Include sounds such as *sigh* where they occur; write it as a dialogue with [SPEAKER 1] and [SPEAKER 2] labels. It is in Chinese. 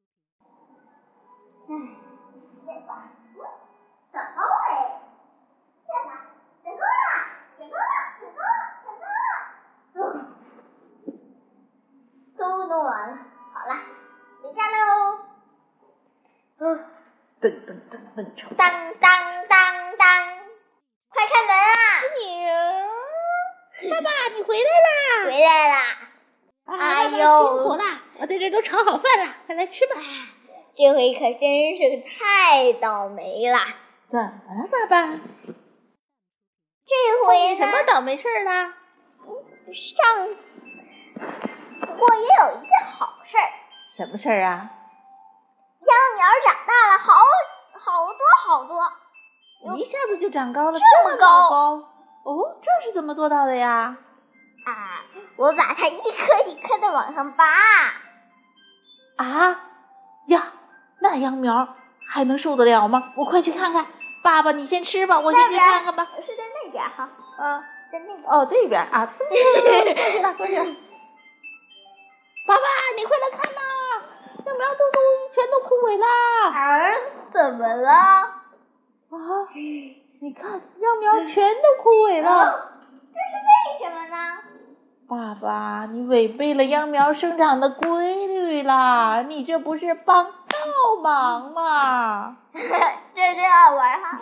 [SPEAKER 1] 哎啊哦
[SPEAKER 2] 问成
[SPEAKER 1] 当当当当，快开门啊！
[SPEAKER 2] 牛，爸爸，你回来啦！
[SPEAKER 1] 回来啦！
[SPEAKER 2] 啊，
[SPEAKER 1] 哎
[SPEAKER 2] 爸
[SPEAKER 1] 呦
[SPEAKER 2] 爸辛苦啦，我在这儿都炒好饭了，快来吃吧。
[SPEAKER 1] 这回可真是太倒霉了。
[SPEAKER 2] 怎么了，爸爸？
[SPEAKER 1] 这回
[SPEAKER 2] 什
[SPEAKER 1] 呢，
[SPEAKER 2] 么倒霉事儿啊啦？
[SPEAKER 1] 上不过也有一件好事儿，
[SPEAKER 2] 什么事儿啊？
[SPEAKER 1] 秧苗长大了好好多好多。哟
[SPEAKER 2] 一下子就长高了，
[SPEAKER 1] 这么
[SPEAKER 2] 么
[SPEAKER 1] 高
[SPEAKER 2] 高哦，这是怎么做到的呀？
[SPEAKER 1] 啊，我把它一颗一颗的往上拔，
[SPEAKER 2] 啊呀，那秧苗还能受得了吗？我快去看看。爸爸，你先吃吧，我先去
[SPEAKER 1] 那边
[SPEAKER 2] 看看吧。
[SPEAKER 1] 我是在那边哈，
[SPEAKER 2] 啊，
[SPEAKER 1] 在那边。
[SPEAKER 2] 哦，这边 *laughs* 啊，过去了，过去了。爸爸，你快来看呐，秧苗都都全都枯萎啦！
[SPEAKER 1] 儿怎么了？
[SPEAKER 2] 啊，你看，秧苗全都枯萎了。
[SPEAKER 1] 哦这是为什么呢？
[SPEAKER 2] 爸爸，你违背了秧苗生长的规律啦！你这不是帮倒忙吗？
[SPEAKER 1] *laughs* 这真好玩哈！